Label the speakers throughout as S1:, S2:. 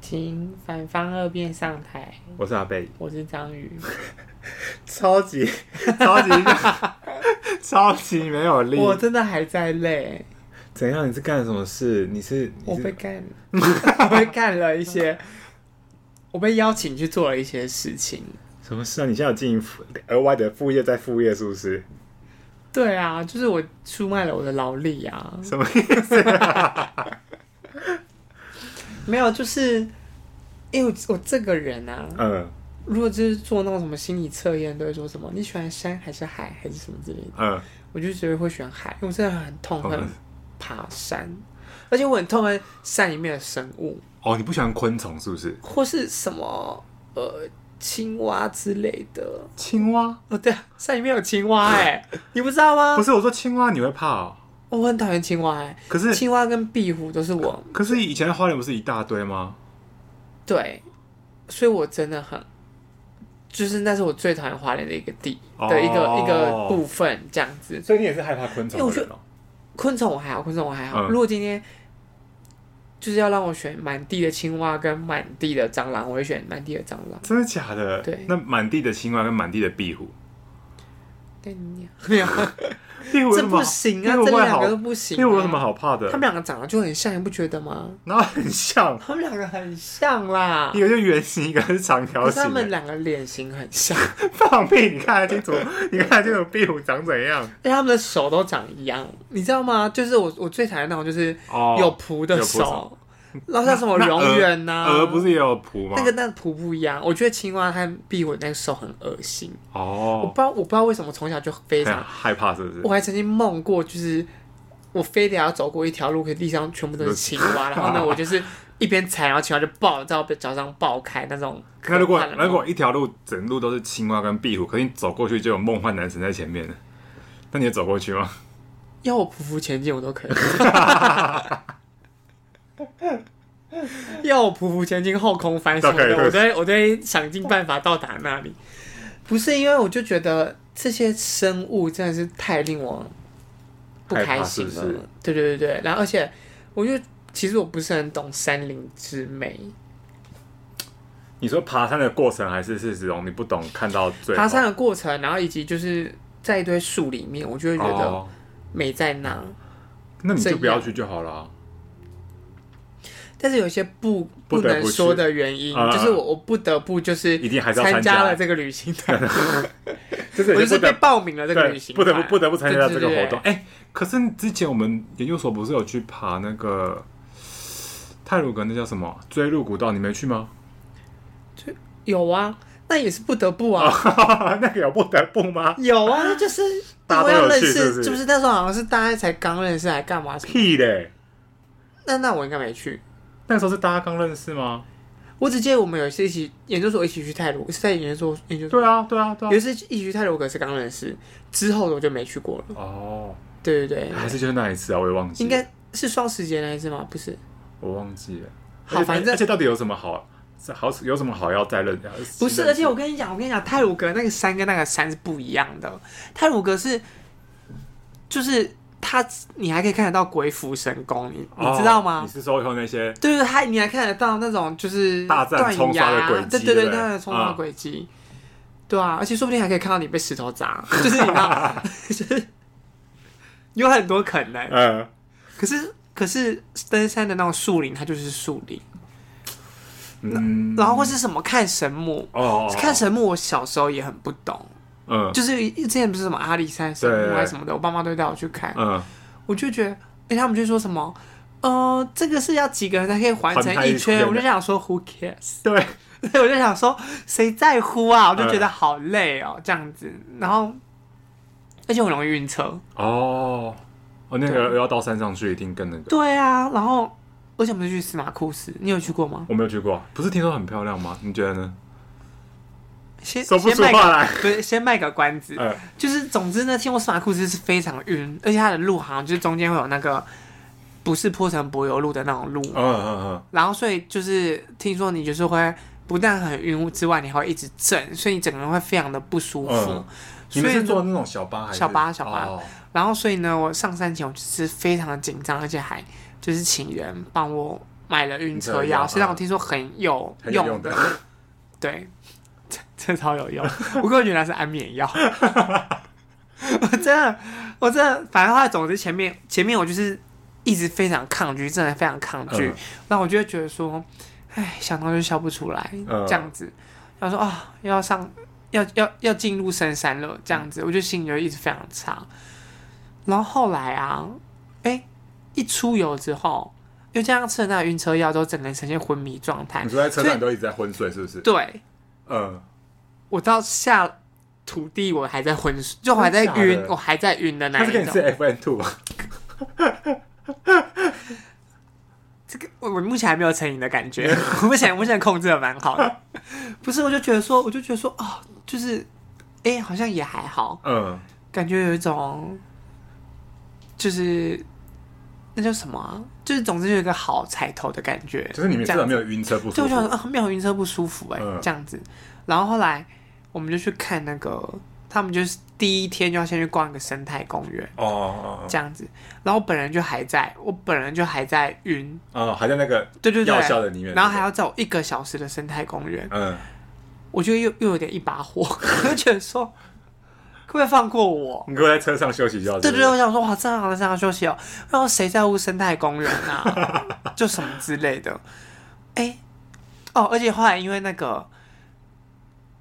S1: 请反方二辩上台。
S2: 我是阿贝，
S1: 我是章鱼，
S2: 超级超级 超级没有力。
S1: 我真的还在累，
S2: 怎样？你是干了什么事？你是你
S1: 我
S2: 是
S1: 被干， 我被干了一些，我被邀请去做了一些事情。
S2: 什么事啊？你现在有经营副额外的副业在副业是不是？
S1: 对啊，就是我出卖了我的劳力啊，
S2: 什么？
S1: 没有，就是因为我这个人啊，
S2: 嗯
S1: 如果就是做那种什么心理测验，都会说什么你喜欢山还是海还是什么之类的，
S2: 嗯，
S1: 我就觉得会选海，因为我真的很痛
S2: 好
S1: 恨
S2: 的
S1: 爬山，而且我很痛恨山里面的生物
S2: 哦，你不喜欢昆虫是不是？
S1: 或是什么呃青蛙之类的。
S2: 青蛙？
S1: 哦，对啊，山里面有青蛙 哎、你不知道吗？
S2: 啊不是，我说青蛙你会怕哦。
S1: 我很讨厌青蛙哎、
S2: 可是
S1: 青蛙跟壁虎都是我
S2: 可是以前的花莲不是一大堆吗？
S1: 对，所以我真的很，就是那是我最讨厌花莲的一个地
S2: 哦
S1: 的一个、一个部分，这样子。
S2: 所以你也是害怕昆
S1: 因为
S2: 虫
S1: 我
S2: 的
S1: 觉
S2: 人哦。
S1: 昆虫我还好，昆虫我还好。
S2: 嗯
S1: 如果今天就是要让我选满地的青蛙跟满地的蟑螂，我会选满地的蟑螂。
S2: 真的假的？
S1: 对
S2: 那满地的青蛙跟满地的壁虎，
S1: 跟你讲 没有，
S2: 壁虎有
S1: 这
S2: 什么
S1: 不
S2: 好
S1: 行
S2: 壁
S1: 啊，
S2: 虎
S1: 这
S2: 会
S1: 两
S2: 好
S1: 个都不行、啊。
S2: 壁虎有什么？好怕的
S1: 他？们两个长得就很像，你不觉得吗？
S2: 然后很像，
S1: 他们两个很像啦
S2: 一，个是圆形，一个是长条
S1: 可是
S2: 形
S1: 他
S2: 的
S1: 们。两个脸型很像，
S2: 放屁！你看得清楚， 你看得清楚壁虎长怎样？
S1: 而且他们的手都长一样，你知道吗？就是我我最讨厌那种就是
S2: 哦
S1: 有蹼的
S2: 有蹼
S1: 手，然后像什么蝾螈呐，
S2: 鹅呃不是也啊有蹼吗？
S1: 那个那个蹼不一样，我觉得青蛙和壁虎那个手很恶心，我
S2: 哦啊
S1: 不，知道我不知道为什么从小就非
S2: 很
S1: 常，
S2: 害怕是不是
S1: 我？还曾经梦过，就是我非得要走过一条路，可是地上全部都是青蛙，然后呢，我就是一边踩，然后青蛙就爆在我脚上爆开那种可怕
S2: 那
S1: 的
S2: 如果
S1: 梦
S2: 如果一条路整路都是青蛙跟壁虎，可是你走过去就有梦幻男神在前面了，那你也走过去吗？
S1: 要我匍匐前进，我都可以。要我匍匐前进，后空翻什么
S2: 都
S1: 的，
S2: 可以
S1: 我都会我都会想尽办法到达那里。不是因为我就觉得这些生物真的是太令我不开心了。
S2: 害怕是不是
S1: 对对对对，然后而且我就其实我不是很懂山林之美。
S2: 你说爬山的过程还是是这种你不懂看到最后哦
S1: 爬山的过程，然后以及就是在一堆树里面，我就会觉得
S2: 哦，
S1: 美在哪。
S2: 那你
S1: 这
S2: 就
S1: 样
S2: 不要去就好了啊。
S1: 但是有一些不
S2: 不
S1: 不
S2: 得
S1: 能
S2: 不去
S1: 说的原因，
S2: 啊
S1: 就是我我不得不就是
S2: 一定还是要
S1: 参
S2: 参加
S1: 了这个旅行团，
S2: 就是
S1: 我
S2: 也
S1: 就是是
S2: 不
S1: 被
S2: 得
S1: 报名了这个旅行
S2: 不
S1: 团，
S2: 得不不得不参加
S1: 对
S2: 这
S1: 对
S2: 个
S1: 对
S2: 活动。哎、可是之前我们研究所不是有去爬那个泰鲁格那叫什么追鹿古道？你没去吗？
S1: 有啊，那也是不得不
S2: 哦
S1: 啊，
S2: 那个有不得不吗？
S1: 有啊，那就是
S2: 大家
S1: 我
S2: 都有
S1: 要认
S2: 去
S1: 识，
S2: 是不是
S1: 就是那时候好像是大家才刚认识，还干嘛什 么？
S2: 屁嘞！
S1: 那那我应该没去，
S2: 那时候是大家刚认识吗？
S1: 我只记得我们有一次一起研究所一起去泰鲁，是在研究所研究所
S2: 对，啊，对啊，对
S1: 有一
S2: 啊。
S1: 次一起去泰鲁，可是刚认识之后的我就没去过了，
S2: 哦，
S1: 对对对，
S2: 还是就是那一次啊，我也忘记
S1: 应
S2: 了，
S1: 该是双十节那一次吗？不是，
S2: 我忘记了。
S1: 好
S2: 而且
S1: 反正
S2: 而且到底有什么好？是好有什么好要再认？
S1: 不是，而且我
S2: 跟
S1: 跟你讲，我跟你讲，泰鲁格那个山跟那个山是不一样的。泰鲁格是，就是它，你还可以看得到鬼斧神工，你、你知道吗
S2: 哦你？是说以后那些
S1: 对对，它你还看得到那种就是
S2: 大战
S1: 断
S2: 冲刷的
S1: 崖
S2: 轨迹
S1: 对对
S2: 对不对嗯
S1: 大战冲刷的轨迹，对啊，而且说不定还可以看到你被石头砸，就是你知道，就是 有很多可能。
S2: 呃，
S1: 可是可是登山的那种树林，它就是树林，
S2: 嗯，
S1: 然后或是什么看神木，
S2: 哦，
S1: 看神木，我小时候也很不懂。
S2: 嗯
S1: 就是之前不是什么阿里山神
S2: 对对
S1: 木
S2: 对
S1: 还是什么的，我爸妈都会带我去看，
S2: 嗯，
S1: 我就觉得，哎、他们就说什么，呃，这个是要几个人才可以环
S2: 环
S1: 成
S2: 太
S1: 一
S2: 一
S1: 圈，
S2: 圈的
S1: 我就想说 who cares，
S2: 对，
S1: 对，我就想说谁在乎啊，我就觉得
S2: 嗯
S1: 好累哦，这样子，然后而且我容易晕车，
S2: 哦，哦，那个要到山上去一定更那个。
S1: 对啊，然后而且我们就去司马库斯，你有去过吗？
S2: 我没有去过，不是听说很漂亮吗？你觉得呢？
S1: 先
S2: 说不
S1: 先
S2: 出
S1: 卖
S2: 话
S1: 个
S2: 来。
S1: 对，先卖个关子，
S2: 呃，
S1: 就是总之呢，听过司马库斯是非常晕，而且它的路好像就是中间会有那个不是坡城柏油路的那种路，
S2: 嗯嗯嗯，
S1: 然后所以就是听说你就是会不但很晕之外，你还会一直震，所以你整个人会非常的不舒服。
S2: 嗯
S1: 所
S2: 你们
S1: 以
S2: 是
S1: 呢，
S2: 坐那种小巴还是
S1: 小巴小巴
S2: 哦
S1: 然后所以呢，我上山前我就是非常的紧张，而且还就是请人帮我买了晕车
S2: 晕车药嗯
S1: 药，实际上我听说很有
S2: 很有
S1: 用
S2: 的。
S1: 对，这这超有用。不过原来是安眠药，我真的，我真的，反正后来总之前面前面我就是一直非常抗拒，真的非常抗拒
S2: 嗯。
S1: 那、我就会觉得说，哎，想到就笑不出来，
S2: 嗯
S1: 这样子。然后说啊、要上要要要进入深山了，这样子，我就心里就一直非常差。然后后来啊，哎、一出游之后，又加上吃了那个晕车药之后，整个人呈现昏迷状态
S2: 你。说在车
S1: 所
S2: 上
S1: 以
S2: 你都一直在昏睡，是不是？
S1: 对，
S2: 嗯，
S1: 我到下土地，我还在昏睡，就我还在
S2: 真的假
S1: 晕
S2: 的，
S1: 我还在晕的那
S2: 他
S1: 一
S2: 是给你
S1: 种
S2: 吃。FN two 吧？
S1: 这个我我目前还没有成瘾的感觉， 我目前我目前控制的蛮好的。 不是，我就觉得说，我就觉得说，哦，就是，哎、好像也还好，
S2: 嗯，
S1: 感觉有一种，就是那叫什么啊、就是总之有一个好彩头的感觉。
S2: 就是你们
S1: 这
S2: 至
S1: 样
S2: 少没有晕车不
S1: 就
S2: 舒
S1: 我想说
S2: 服。
S1: 啊，没有晕车不舒服哎、
S2: 嗯
S1: 这样子。然后后来我们就去看那个，他们就是第一天就要先去逛一个生态公园
S2: 哦哦
S1: 这样子。然后我本人就还在，我本人就还在晕，
S2: 哦，哦，还在那个
S1: 对对对，
S2: 药效的里面
S1: 然后还
S2: 对
S1: 要走一个小时的生态公园，
S2: 嗯，
S1: 我就又又有点一把火， 我就觉得说，可不可以放过我？
S2: 你给我在车上休息一下。
S1: 对
S2: 是不
S1: 对
S2: 是
S1: 对，我想说哇，这样好了，这样休息哦。然后谁在乎生态公园 啊？就什么之类的。哎、哦，而且后来因为那个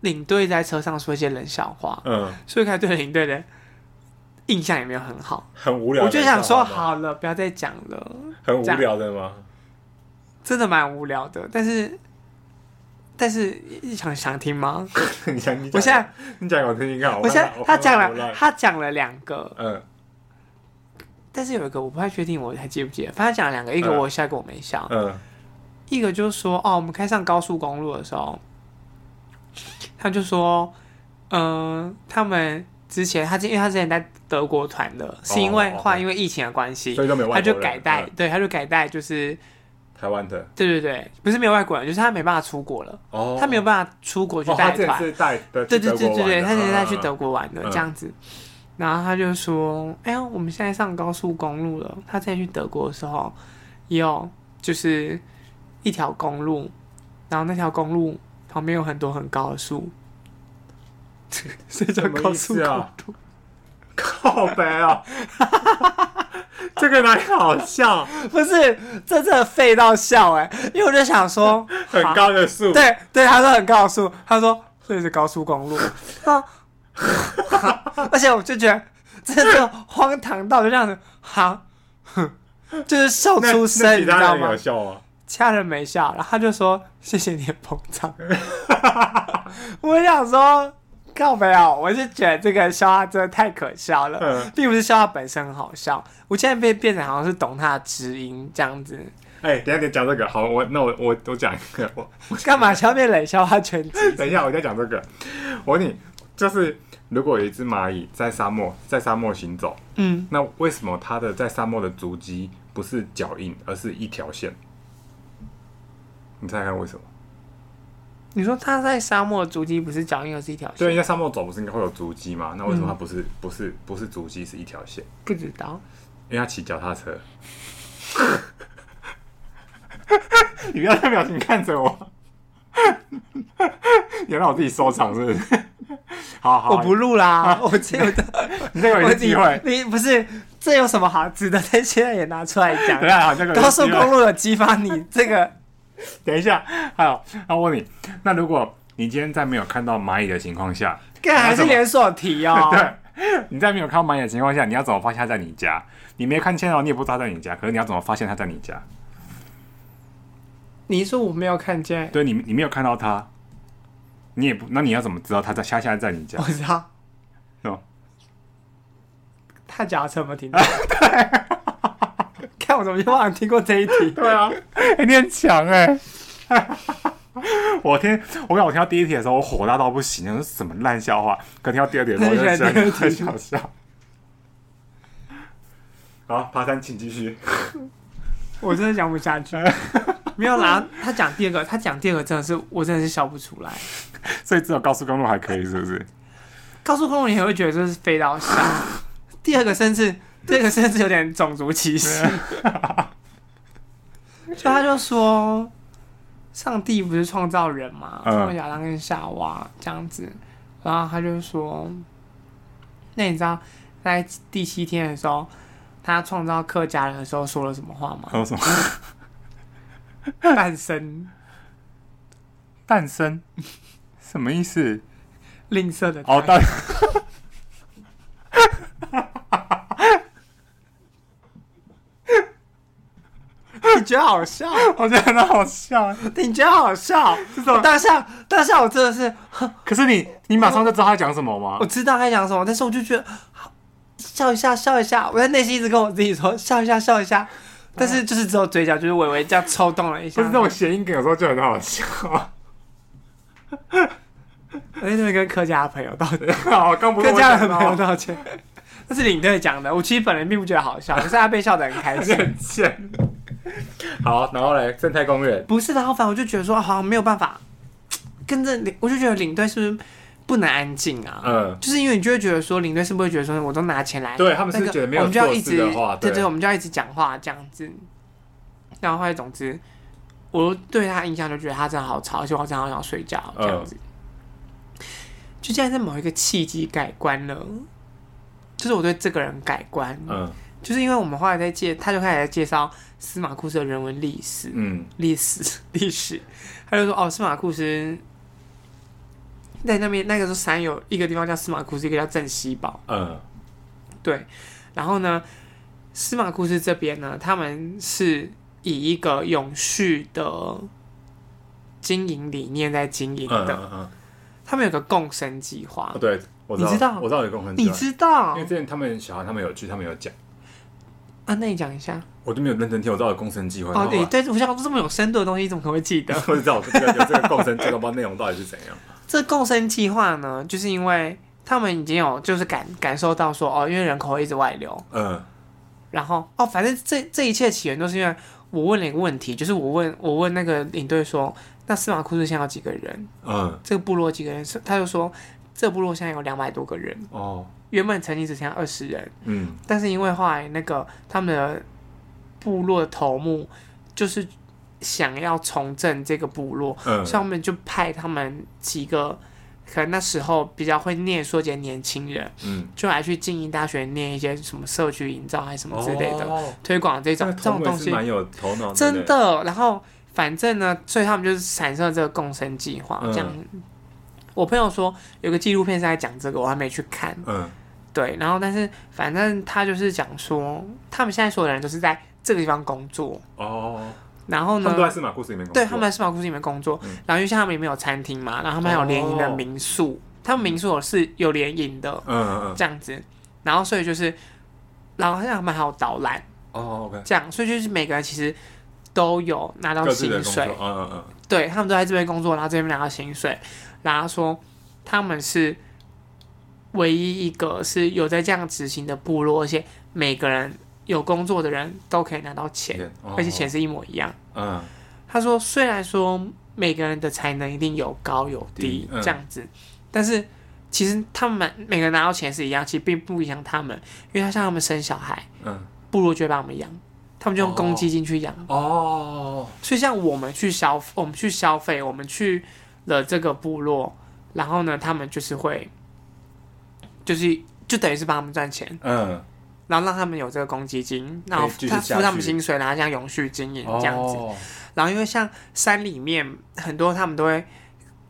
S1: 领队在车上说一些冷笑话，
S2: 嗯，
S1: 所以开始对领队的印象也没有很好。
S2: 很无聊。
S1: 我就想说，
S2: 你知道吗，
S1: 好了，不要再讲了，
S2: 很无
S1: 这样
S2: 聊的吗？
S1: 真的蛮无聊的。但是，但是想想听吗？
S2: 你想，你讲
S1: 我现在，
S2: 你讲给我听听看。
S1: 我现在
S2: 看看
S1: 他讲
S2: 我看
S1: 了，
S2: 看
S1: 他讲了两个，
S2: 嗯
S1: 但是有一个我不太确定，我还记不记得。反正他讲了两个，一个我
S2: 嗯
S1: 有笑，一个我没笑。
S2: 嗯
S1: 一个就是说，哦，我们开上高速公路的时候，他就说，嗯、他们之前他之因为他之前在德国团的，是因为
S2: 哦
S1: 后来因为疫情的关系，
S2: 所以都没有外
S1: 他就
S2: 国人
S1: 改带，
S2: 嗯
S1: 对，他就改带，就是
S2: 台湾的
S1: 对对对，不是没有外国人，就是他没办法出国了，
S2: 哦，
S1: 他没有办法出国去
S2: 哦，他
S1: 带
S2: 之
S1: 团
S2: 前，是带的，
S1: 对对对对对，他
S2: 之
S1: 现
S2: 前
S1: 在去德国玩的
S2: 嗯
S1: 这样子，然后他就说：“哎呀，我们现在上高速公路了。”他之前去德国的时候，也有就是一条公路，然后那条公路旁边有很多很高的树， 所以叫
S2: 什么
S1: 高
S2: 意
S1: 速
S2: 思
S1: 公路。
S2: 啊？靠北啊！ 这个哪里好笑？
S1: 不是，这真的废到笑哎、因为我就想说，
S2: 很
S1: 好
S2: 高的树，
S1: 对对，他说很高速，他说这是高速公路，啊， 而且我就觉得真的荒唐到就这样子，哈，哼，就是笑
S2: 那
S1: 出
S2: 那
S1: 声，你
S2: 其
S1: 知
S2: 他
S1: 道
S2: 人
S1: 吗
S2: 有？笑吗？
S1: 其他人没笑，然后他就说谢谢你的捧场， 我想说。靠没有，我是觉得这个笑话真的太可笑了，
S2: 嗯
S1: 并不是笑话本身很好笑。我现在被变成好像是懂他的知音这样子，
S2: 哎，等一下，你讲这个好，我那我我我讲一个，我
S1: 干嘛消灭冷笑话全集？
S2: 等一下我再讲这个。我问你，就是如果有一只蚂蚁在沙漠在沙漠行走，
S1: 嗯，
S2: 那为什么它的在沙漠的足迹不是脚印，而是一条线？你猜猜看为什么？
S1: 你说他在沙漠足迹不是脚印，而是一嗯条
S2: 对，
S1: 线？
S2: 因为沙漠走不是应该会有足迹吗？那为什么它不是、不是不是足迹，是一条线？
S1: 不知道，
S2: 因为他骑脚踏车。 你不要那表情看着我， 你要让我自己收场是不是？好好，
S1: 我不录啦，我只有 的，
S2: 你再给我一
S1: 我
S2: 次机会。
S1: 你你不是这有什么好值得在现在也拿出来 讲
S2: 等一？下，好，再给我一次
S1: 高速
S2: 机会
S1: 公路有激发你这 个，
S2: 等一下，还有，那我问你，那如果你今天在没有看到蚂蚁的情况下，
S1: 干还是连锁题哦。
S2: 对，你在没有看到蚂蚁的情况下，你要怎么发现它在你家？你没看见哦，你也不知道它在你家，可是你要怎么发现它在你家？
S1: 你说我没有看见，
S2: 对你，你没有看到它，你也不，那你要怎么知道它在它现在在你家
S1: 我？知道
S2: 是
S1: 哦
S2: 吗？
S1: 他脚踏车有没有 停到？对， 看我怎么就忘了听过这一题？
S2: 对啊，欸、你很强哎、我听，我刚我听到第一题的时候，我火大到不行，那是什么烂笑话？可听到第二题的时候，我就
S1: 那你选第二
S2: 真的
S1: 题
S2: 很想笑。好，爬山请继续。
S1: 我真的讲不下去。 没有啦，他讲第二个，他讲第二个真的是，我真的是笑不出来。
S2: 所以只有高速公路还可以，是不是？
S1: 高速公路你也会觉得这是飞到笑。 啊第二个甚至，第二个甚至有点种族歧视。 就他就说，上帝不是创造人嘛，
S2: 嗯
S1: 创造亚当跟夏娃这样子，然后他就说，那你知道在第七天的时候，他创造客家人的时候说了什么话 吗？
S2: 还有什么？
S1: 诞生
S2: 诞生？ 什么意思？
S1: 吝啬的
S2: 哦，
S1: 诞
S2: 诞。
S1: 你觉得好笑？
S2: 我觉得很好笑。
S1: 你觉得好 笑？
S2: 这种
S1: 当下当下我真的是
S2: 可是你，你马上就知道他讲什么吗
S1: 我？知道他讲什么，但是我就觉得好笑一下，笑一下。我在内心一直跟我自己说笑一下，笑一下，但是就是只有嘴角就是微微这样抽动了一下
S2: 啊不是，这种谐音梗，有时候就很好笑。
S1: 我在那边跟客家的朋友道歉，
S2: 好，刚不是
S1: 客
S2: 我
S1: 家
S2: 讲哦
S1: 的朋友
S2: 到，
S1: 道歉。那是领队讲的，我其实本人并不觉得好笑，可是他被笑得很开
S2: 而
S1: 心
S2: 且。 很贱。好，然后嘞，正太公园，
S1: 不是的，然后反正我就觉得说，好像没有办法跟着领，我就觉得领队是不是不能安静啊？
S2: 嗯，
S1: 就是因为你就会觉得说，领队是不会觉得说，我都拿钱来，
S2: 对他们
S1: 那
S2: 是
S1: 个
S2: 觉得没
S1: 我
S2: 有
S1: 们就要
S2: 做
S1: 一
S2: 事
S1: 直
S2: 的话，
S1: 对对，我们就要一直讲话这样子。然后后来总之，我对他印象就觉得他真的好吵，而且我真的好想睡觉这样子。
S2: 嗯
S1: 就竟然在某一个契机改观了，就是我对这个人改观，
S2: 嗯
S1: 就是因为我们后来在介，他就开始在介绍司马库斯的人文历史，
S2: 嗯
S1: 历史 历史，他就说哦，司马库斯在那边那个时候山有一个地方叫司马库斯，一个叫镇西堡，
S2: 嗯
S1: 对。然后呢，司马库斯这边呢，他们是以一个永续的经营理念在经营
S2: 嗯嗯
S1: 的，
S2: 嗯，
S1: 他们有个共生计划
S2: 哦，，对，我
S1: 你知道
S2: 我知道有个很，
S1: 你知道
S2: 因为之前他们小孩他们有去，他们有讲，
S1: 啊？那你讲一下
S2: 我都没有认真听，我知道有共生计划，然
S1: 哦，
S2: 后
S1: 对
S2: 后来
S1: 对，我想说这么有深度的东西，你怎么可能会记得？
S2: 我就知道我这个有这个共生计划，不知道内容到底是怎样，
S1: 这共生计划呢，就是因为他们已经有就是感感受到说哦，因为人口一直外流，
S2: 嗯
S1: 然后哦，反正这这一切起源都是因为我问了一个问题，就是我问我问那个领队说，那司马库斯现在有几个人？
S2: 嗯
S1: 这个部落几个人？是他就说这部落现在有两百多个人，
S2: 哦
S1: 原本曾经只剩下二十人，
S2: 嗯
S1: 但是因为后来那个他们的部落头目就是想要重振这个部落，
S2: 嗯
S1: 上面就派他们几个，可能那时候比较会念书的年轻人，
S2: 嗯
S1: 就来去静宜大学念一些什么社区营造还是什么之类的、
S2: 哦
S1: 推广这
S2: 这
S1: 种
S2: 个
S1: 这种
S2: 同
S1: 东
S2: 文是
S1: 西，
S2: 蛮有头脑，
S1: 真，的。然后反正呢，所以他们就是产生了这个共生计划，
S2: 嗯
S1: 这样。我朋友说有个纪录片是在讲这个，我还没去看。
S2: 嗯
S1: 对，然后但是反正他就是讲说，他们现在所有的人都是在这个地方工作，
S2: 哦，
S1: 然后
S2: 他
S1: 呢
S2: 们，都在司马故事里面工作，
S1: 对，他们在世贸故事里面工作，
S2: 嗯
S1: 然后因为像他们里面有餐厅嘛，然后他们还有联营的民宿，
S2: 哦
S1: 他们民宿有是有联营的
S2: 嗯嗯嗯
S1: 这样子，然后所以就是，然后像他们还有导览
S2: 哦 OK，
S1: 这样，所以就是每个人其实都有拿到
S2: 各自的
S1: 薪
S2: 工作，
S1: 水
S2: 嗯，嗯嗯。
S1: 对他们都在这边工作，然后这边拿到薪水，然后他说他们是唯一一个是有在这样执行的部落，而且每个人有工作的人都可以拿到钱，
S2: 钱哦
S1: 而且钱是一模一样。
S2: 嗯
S1: 他说，虽然说每个人的才能一定有高有低
S2: 低嗯
S1: 这样子，但是其实他们每个人拿到钱是一样，其实并不影响他们，因为他像他们生小孩，
S2: 嗯
S1: 部落就会帮我们养，他们就用公积金去养，
S2: 哦，
S1: 所以像我们去消，我们去消费，我们去了这个部落，然后呢，他们就是会，就是就等于是帮他们赚钱，
S2: 嗯
S1: 然后让他们有这个公积金，然后
S2: 可以继续
S1: 他
S2: 下
S1: 付他们
S2: 去
S1: 薪水，然后这样永续经营这样子。
S2: 哦
S1: 然后因为像山里面很多他们都会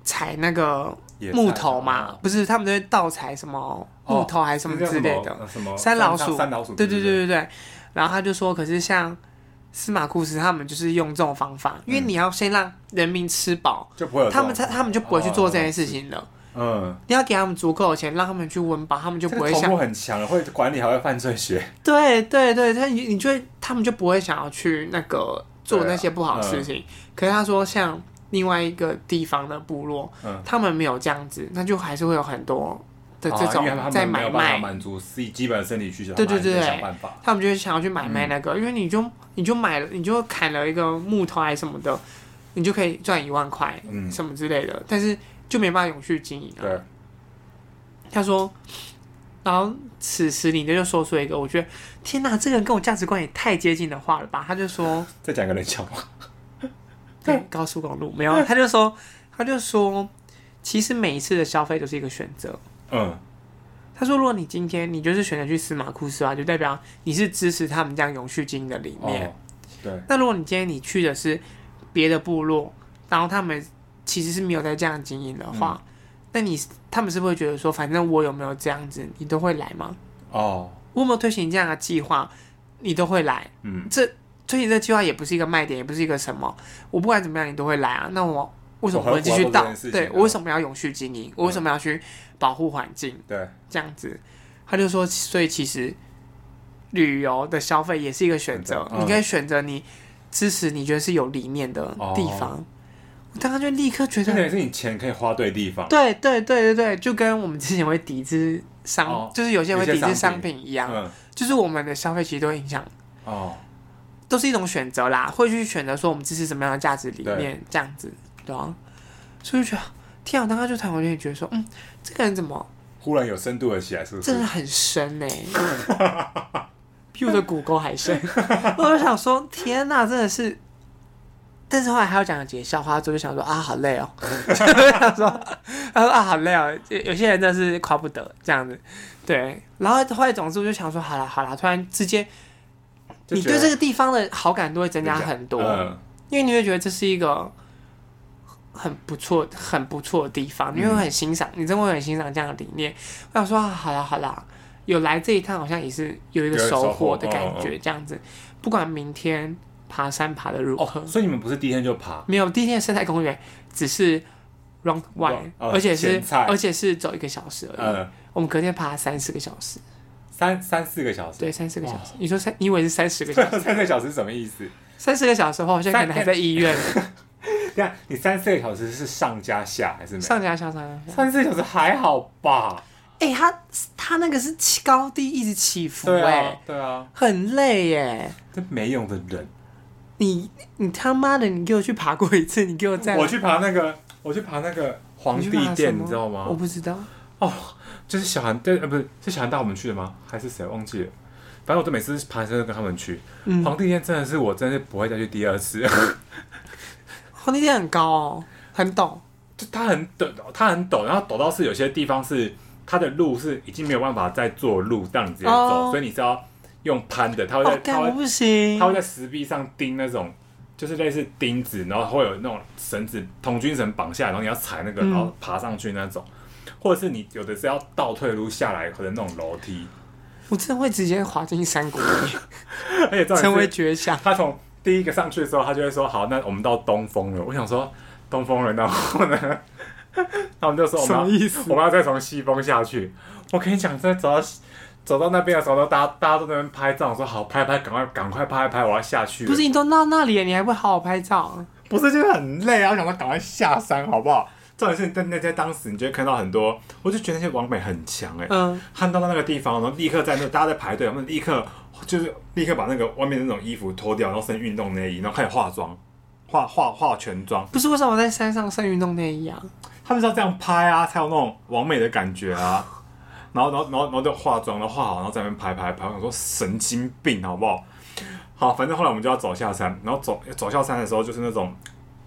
S1: 采那个
S2: 野菜
S1: 木头嘛，
S2: 哦
S1: 不是他们都会盗采什么木头还是什么
S2: 那叫
S1: 之类的，
S2: 呃什么
S1: 山老鼠
S2: 山老鼠，
S1: 对对对，对对。然后他就说，可是像司马库斯他们就是用这种方法，因为你要先让人民吃饱，
S2: 就不会有这
S1: 他
S2: 种
S1: 们才他们就不会去做这件事，情了。
S2: 嗯，
S1: 你要给他们足够的钱，让他们去温饱，他们就不
S2: 就不
S1: 会
S2: 会
S1: 想
S2: 想很强，会管理还会犯罪学，
S1: 对对对，他你你就会他们就不会想要去那个做
S2: 对啊
S1: 那些不好的事情。可是他说，像另外一个地方的部落，
S2: 嗯
S1: 他们没有这样子，那就还是会有很多的这
S2: 啊因
S1: 种
S2: 为他们
S1: 在
S2: 没
S1: 买
S2: 有办法
S1: 卖，
S2: 满足自己基本的生理需求，
S1: 对对
S2: 他们还
S1: 对
S2: 得想办法，
S1: 他们就会想要去买卖
S2: 嗯
S1: 那个，因为你就你就买了，你就砍了一个木头还是什么的，你就可以赚一万块，
S2: 嗯
S1: 什么之类的，但是就没办法永续经营啊。
S2: 对，
S1: 他说，然后此时你就说出一个，我觉得天哪，这个人跟我价值观也太接近的话了吧？他就说，
S2: 再讲一个冷笑话。
S1: 对，高速公路没有，啊他就说，他就说，其实每一次的消费都是一个选择。
S2: 嗯，
S1: 他说，如果你今天你就是选择去司马库斯啊，就代表你是支持他们这样永续经营的理念。
S2: 哦，对，
S1: 那如果你今天你去的是别的部落，然后他们其实是没有在这样经营的话，那你他们是不是会觉得说，反正我有没有这样子，你都会来吗？
S2: 哦，
S1: 我有没有推行这样的计划，你都会来。
S2: 嗯，
S1: 这推行这计划也不是一个卖点，也不是一个什么，我不管怎么样你都会来啊。那我为什么
S2: 我还
S1: 会继续
S2: 我还
S1: 到
S2: 做这件事？情嗯
S1: 对
S2: 啊
S1: 我为什么要永续经营？我为什么要去保护环境？
S2: 对，
S1: 这样子，他就说，所以其实旅游的消费也是一个选择，
S2: 嗯
S1: 你可以选择你支持你觉得是有理念的地方。
S2: 哦
S1: 我当时就立刻觉
S2: 就等
S1: 得，
S2: 于是你钱可以花对地方。
S1: 对对对对对，就跟我们之前会抵制商，
S2: 哦
S1: 就是有些人会抵
S2: 有
S1: 制
S2: 些商
S1: 商
S2: 品
S1: 品一样，
S2: 嗯，
S1: 就是我们的消费其实都会影响，
S2: 哦，
S1: 都是一种选择啦，会去选择说我们支持什么样的价值理念这样子，对啊，所以就觉得，天啊，我当时就突然间觉得说，嗯，这个人怎么
S2: 忽然有深度了起来，是不是
S1: 真？的很深呢、 比我的骨沟还 深。我就想说，天哪，真的是。但是后来还要讲几个笑话，之后就想说啊，好累 哦。就想说，他说啊，好累哦。有有些人真的是夸不得这样子，对。然后后来总之我就想说，好啦好啦，突然之间，
S2: 就
S1: 你
S2: 觉得
S1: 对这个地方的好感度会增加很多，
S2: 嗯，
S1: 因为你会觉得这是一个很不错、很不错的地方，你
S2: 嗯
S1: 会很欣赏，你真的会很欣赏这样的理念。我想说，啊好啦好啦，有来这一趟，好像也是有一个
S2: 有一个收
S1: 收获
S2: 获嗯
S1: 的感觉，这样子。不管明天爬山爬的如何，
S2: 哦，所以你们不是第一天就爬，
S1: 没有第一天的生态公园只是 round one，、
S2: 哦
S1: 而且是
S2: 前菜
S1: 而且是走一个小时而已。
S2: 嗯，
S1: 我们隔天爬三四个小时，
S2: 三三四个小时，
S1: 对，三四个小时。你说三，你以为是三十个小时？
S2: 三个小时是什么意思？
S1: 三十个小时的话，我现在可能还在医院，
S2: 对啊，你三四个小时是上加下还是没有？
S1: 上加上上加上。
S2: 三四个小时还好吧？
S1: 哎、他他那个是起高低一直起伏、
S2: 对
S1: 哎、
S2: 啊，对啊，
S1: 很累耶。
S2: 这没用的人。
S1: 你你他妈的，你给我去爬过一次，你给我再来
S2: 我去爬那个，我去爬那个皇
S1: 你去
S2: 帝
S1: 爬什么哦
S2: 殿，你知道
S1: 我
S2: 吗？
S1: 不知道，
S2: 就是小韩对，呃，不是是小韩带我们去的吗？还是谁忘记了？反正我都每次爬山都跟他们去。
S1: 嗯
S2: 皇帝殿真的是我真的是不会再去第二次，
S1: 皇帝殿很高哦，很陡，
S2: 就它很陡，它很陡，然后陡到是有些地方是它的路是已经没有办法再做路让你直接走，
S1: 哦
S2: 所以你是要用攀的，它会在、
S1: 哦，
S2: 它
S1: 干我
S2: 会
S1: 不行
S2: 它，会在石壁上钉那种，就是类似钉子，然后会有那种绳子童军绳绑下来，然后你要踩那个，
S1: 嗯
S2: 然后爬上去那种，或者是你有的是要倒退路下来或者那种楼梯，
S1: 我真的会直接滑进山谷里，
S2: 而且重
S1: 成为
S2: 点是
S1: 绝 响。
S2: 他从第一个上去的时候，他就会说好，那我们到东风了。我想说东风了，然后呢， 他们就说我
S1: 什么
S2: 们要
S1: 意思
S2: 我们要再从西风下去。我跟你讲，真的走到西走到那边的时候，大家大家都在那边拍照，我说好拍拍，赶快赶快拍拍，我要下去了。
S1: 不是你都到那里了，你还不好好拍照？
S2: 不是就是很累啊，我想说赶快下山好不好？重点是在那在当时，你就会看到很多，我就觉得那些网美很强哎、欸，
S1: 嗯，
S2: 看到那个地方，然后立刻在那大家在排队，他们立刻就是立刻把那个外面的那种衣服脱掉，然后身运动内衣，然后开始化妆，化化化全妆，
S1: 不是为什么在山上晒运动内衣啊？
S2: 他们是要这样拍啊，才有那种完美的感觉啊。然后，然后，然后，然后就化妆，然后化好，然后在那边拍拍拍。我想说神经病，好不好？好，反正后来我们就要走下山，然后走哎走下山的时候就是那种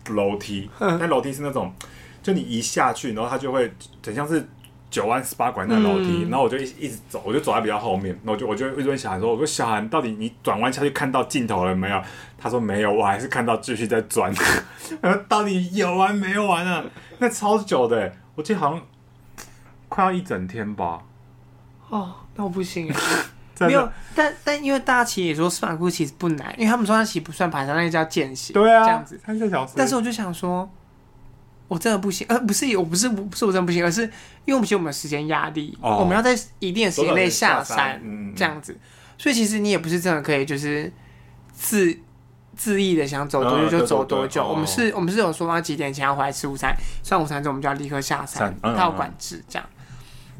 S2: 楼梯，
S1: 嗯
S2: 但楼梯是那种，就你一下去，然后它就会很像是九弯十八拐那楼梯。
S1: 嗯
S2: 然后我就一一直走，我就走在比较后面，然后我就我就一直问小韩说：“我说小韩，到底你转弯下去看到尽头了没有？”他说：“没有，我还是看到继续在转。”然后到底有完没完啊？那超久的欸，我记得好像快要一整天吧。
S1: 哦，那我不 行。
S2: 真的
S1: 没有，但但因为大家其实也说司马库其实不难，因为他们说它其实不算爬山，那个叫践行，
S2: 对啊，
S1: 这样子。
S2: 三个小时。
S1: 但是我就想说，我真的不行，呃，不是，我不是，不是我真的不行，而是因为我们觉得我们有时间压力，
S2: 哦
S1: 我们要在一定的时间内下
S2: 多少人下山嗯
S1: 这样子，所以其实你也不是真的可以就是自自意的想走多久
S2: 嗯
S1: 就
S2: 对
S1: 走
S2: 对对
S1: 多久，
S2: 哦
S1: 我们是，我们是有说啊要几点前要回来吃午餐，吃完午餐之后我们就要立刻下山
S2: 散，嗯嗯
S1: 它有管制这样。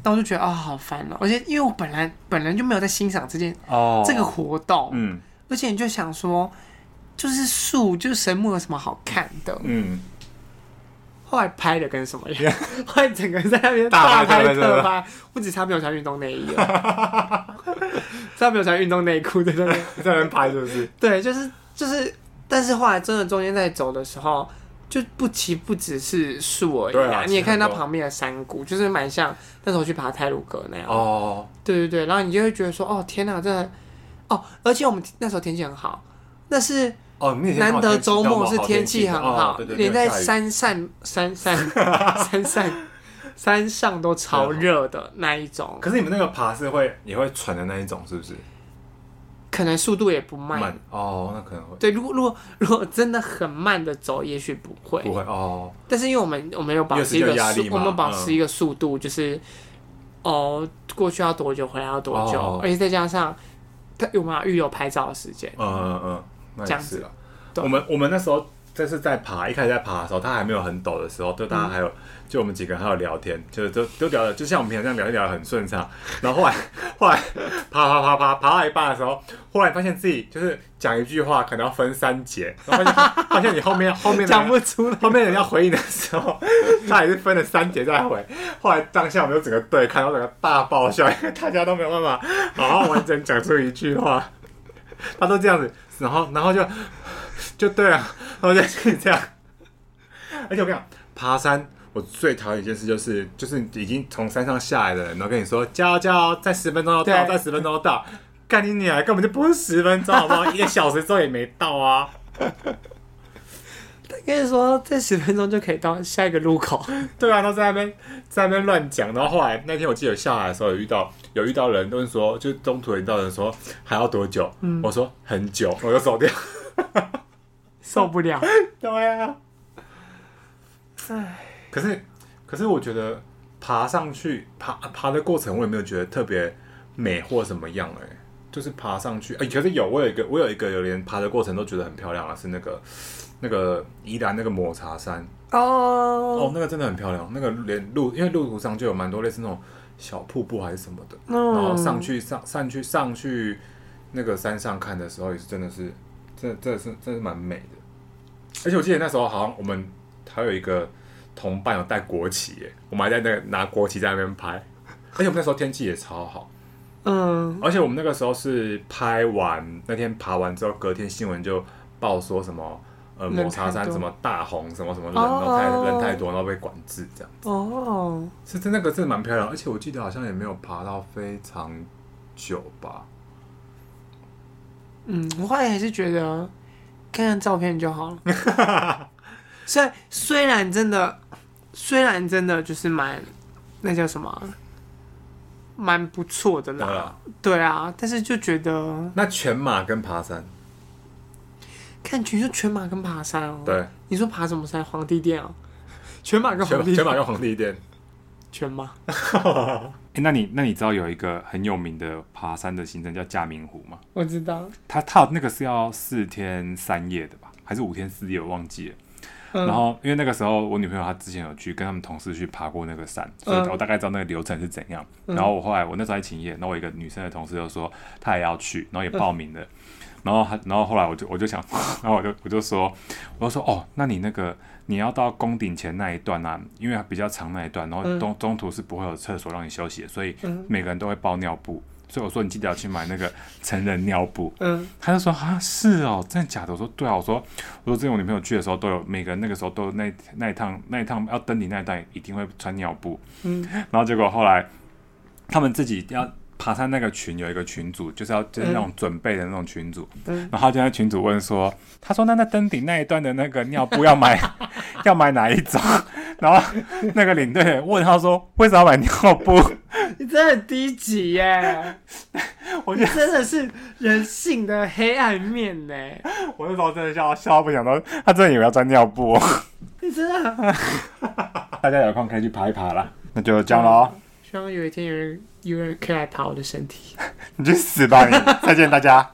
S1: 但我就觉得啊、好烦哦、而且因为我本来本来就没有在欣赏这件、
S2: 哦
S1: 这个活动，
S2: 嗯
S1: 而且你就想说，就是树，就是神木有什么好看的？
S2: 嗯，
S1: 后来拍的跟什么样？ 后来整个在那边大
S2: 大拍
S1: 拍
S2: 特拍
S1: 特拍，不止差没有穿运动内衣了， 差没有穿运动内裤在那边。
S2: 在那边拍是不是？
S1: 对，就是就是，但是后来真的中间在走的时候，就不骑不只是树而已
S2: 对
S1: 啊，
S2: 啊
S1: 你也
S2: 是
S1: 看
S2: 很
S1: 到
S2: 多
S1: 旁边的山谷，就是蛮像那时候去爬泰鲁阁那样。
S2: 哦，
S1: 对对对，然后你就会觉得说，哦天哪，真的，哦，而且我们那时候天气很好，那是
S2: 哦，那天
S1: 难
S2: 好像
S1: 得
S2: 天气
S1: 周末
S2: 好
S1: 是天气很好，
S2: 哦对对对
S1: 连在
S2: 下雨
S1: 山上山上 山上山上都超热的那一种，
S2: 啊可是你们那个爬是会也会喘的那一种，是不是？
S1: 可能速度也不慢。
S2: 慢哦，那可能会
S1: 对，如果如果如果真的很慢的走，也许不会，
S2: 不会哦？
S1: 但是因为我们我们有保持一
S2: 因为
S1: 个
S2: 是有压
S1: 速
S2: 力，嘛嗯
S1: 我们保持一个速度，就是哦、过去要多久，回来要多久，
S2: 哦
S1: 而且再加上他我们要预留拍照的时间，
S2: 嗯嗯嗯，那
S1: 这
S2: 也
S1: 样
S2: 是了。
S1: 对啊
S2: 我们我们那时候这是在爬，一开始在爬的时候，它还没有很陡的时候，就大家还有、
S1: 嗯
S2: 就我们几个人还有聊天，就都都聊的，就像我们平常这样聊一聊得很顺畅。 然后后来后来爬爬爬爬爬到一半的时候，忽然发现自己就是讲一句话可能要分三节，然后发现发现你后面后面的
S1: 讲不出来。
S2: 后面人要回应的时候，他也是分了三节再回。后来当下我们就整个对看到整个大爆笑，因为大家都没有办法好好完整讲出一句话，他都这样子，然后然后就就对啊，然后就是这样。而且我跟你讲，爬山我最讨厌一件事就是就是已经从山上下来的人，然后跟你说加油加油，再十分钟要到，
S1: 对
S2: 再十分钟要到，干你娘，根本就不是十分钟好不好？一个小时之后也没到啊。
S1: 跟你说，这十分钟就可以到下一个路口，
S2: 对啊，都在那边在那边乱讲，然后后来那天我记得下来的时候有遇到有遇到人问说，就是中途有遇到人说还要多久？我说很久，我就走掉。
S1: 受不了。
S2: 对啊，
S1: 唉，
S2: 可是可是我觉得爬上去爬爬的过程，我也没有觉得特别美或什么样哎、就是爬上去哎、可是有我有一个我有一个有连爬的过程都觉得很漂亮啊，是那个那个宜兰那个抹茶山。哦
S1: 哦，，
S2: 那个真的很漂亮。那个连路，因为路途上就有蛮多类似那种小瀑布还是什么的，
S1: 嗯
S2: 然后上去上上去上去那个山上看的时候，也是真的是，真的真的是真的是蛮美的。而且我记得那时候好像我们还有一个同伴有带国旗耶，我们还在那个拿国旗在那边拍。而且我们那时候天气也超好，
S1: 嗯，
S2: 而且我们那个时候是拍完那天爬完之后，隔天新闻就报说什么呃
S1: 人太
S2: 抹茶山
S1: 多
S2: 什么大红什么什么人，然
S1: 哦
S2: 后太人太多，然后被管制这样。
S1: 哦，
S2: 是真那个真的蛮漂亮，而且我记得好像也没有爬到非常久吧。
S1: 嗯，我后来还是觉得看看照片就好了。 虽然虽然真的，虽然真的就是蛮那叫什么啊，蛮不错的
S2: 对
S1: 啦
S2: 啊。，
S1: 对啊，但是就觉得
S2: 那全马跟爬山，
S1: 看全就全马跟爬山哦。，
S2: 对，
S1: 你说爬什么山？皇帝殿哦，全马跟
S2: 全
S1: 皇
S2: 马
S1: 帝
S2: 全马跟皇帝殿。
S1: 全马。
S2: 哎，那你那你知道有一个很有名的爬山的行程叫嘉明湖吗？
S1: 我知道，
S2: 它它那个是要四天三夜的吧，还是五天四夜？我忘记了。
S1: 嗯
S2: 然后因为那个时候我女朋友她之前有去跟他们同事去爬过那个山，所以我大概知道那个流程是怎样。然后我后来我那时候在勤业，然后我一个女生的同事就说她也要去，然后也报名了。然后她，然后后来我就我就想， 然后我就我就说，我就说哦，那你那个你要到宫顶前那一段啊，因为比较长那一段，然后中、中途是不会有厕所让你休息的，所以每个人都会包尿布。所以我说你记得要去买那个成人尿布，
S1: 嗯，
S2: 他就说啊，是哦，真的假的？我说对啊，我说我说之前我女朋友去的时候都有，每个人那个时候都有那那一趟那一趟要登顶那一段一定会穿尿布，
S1: 嗯，
S2: 然后结果后来他们自己要爬山那个群有一个群组，就是要就是那种准备的那种群组，
S1: 嗯
S2: 然后他就在群组问说，他说那那登顶那一段的那个尿布要买 要买哪一种？然后那个领队也问他说为什么要买尿布？
S1: 你真的很低级 耶！
S2: 我
S1: 你
S2: 就
S1: 真的是人性的黑暗面呢，
S2: 我那时候真的笑到笑到不想到，他真的以为要穿尿布、哦。
S1: 你真的很。
S2: 大家有空可以去爬一爬啦。那就这样 喽，
S1: 希望有一天有人有人可以来爬我的身体。
S2: 你去死吧你！再见大家。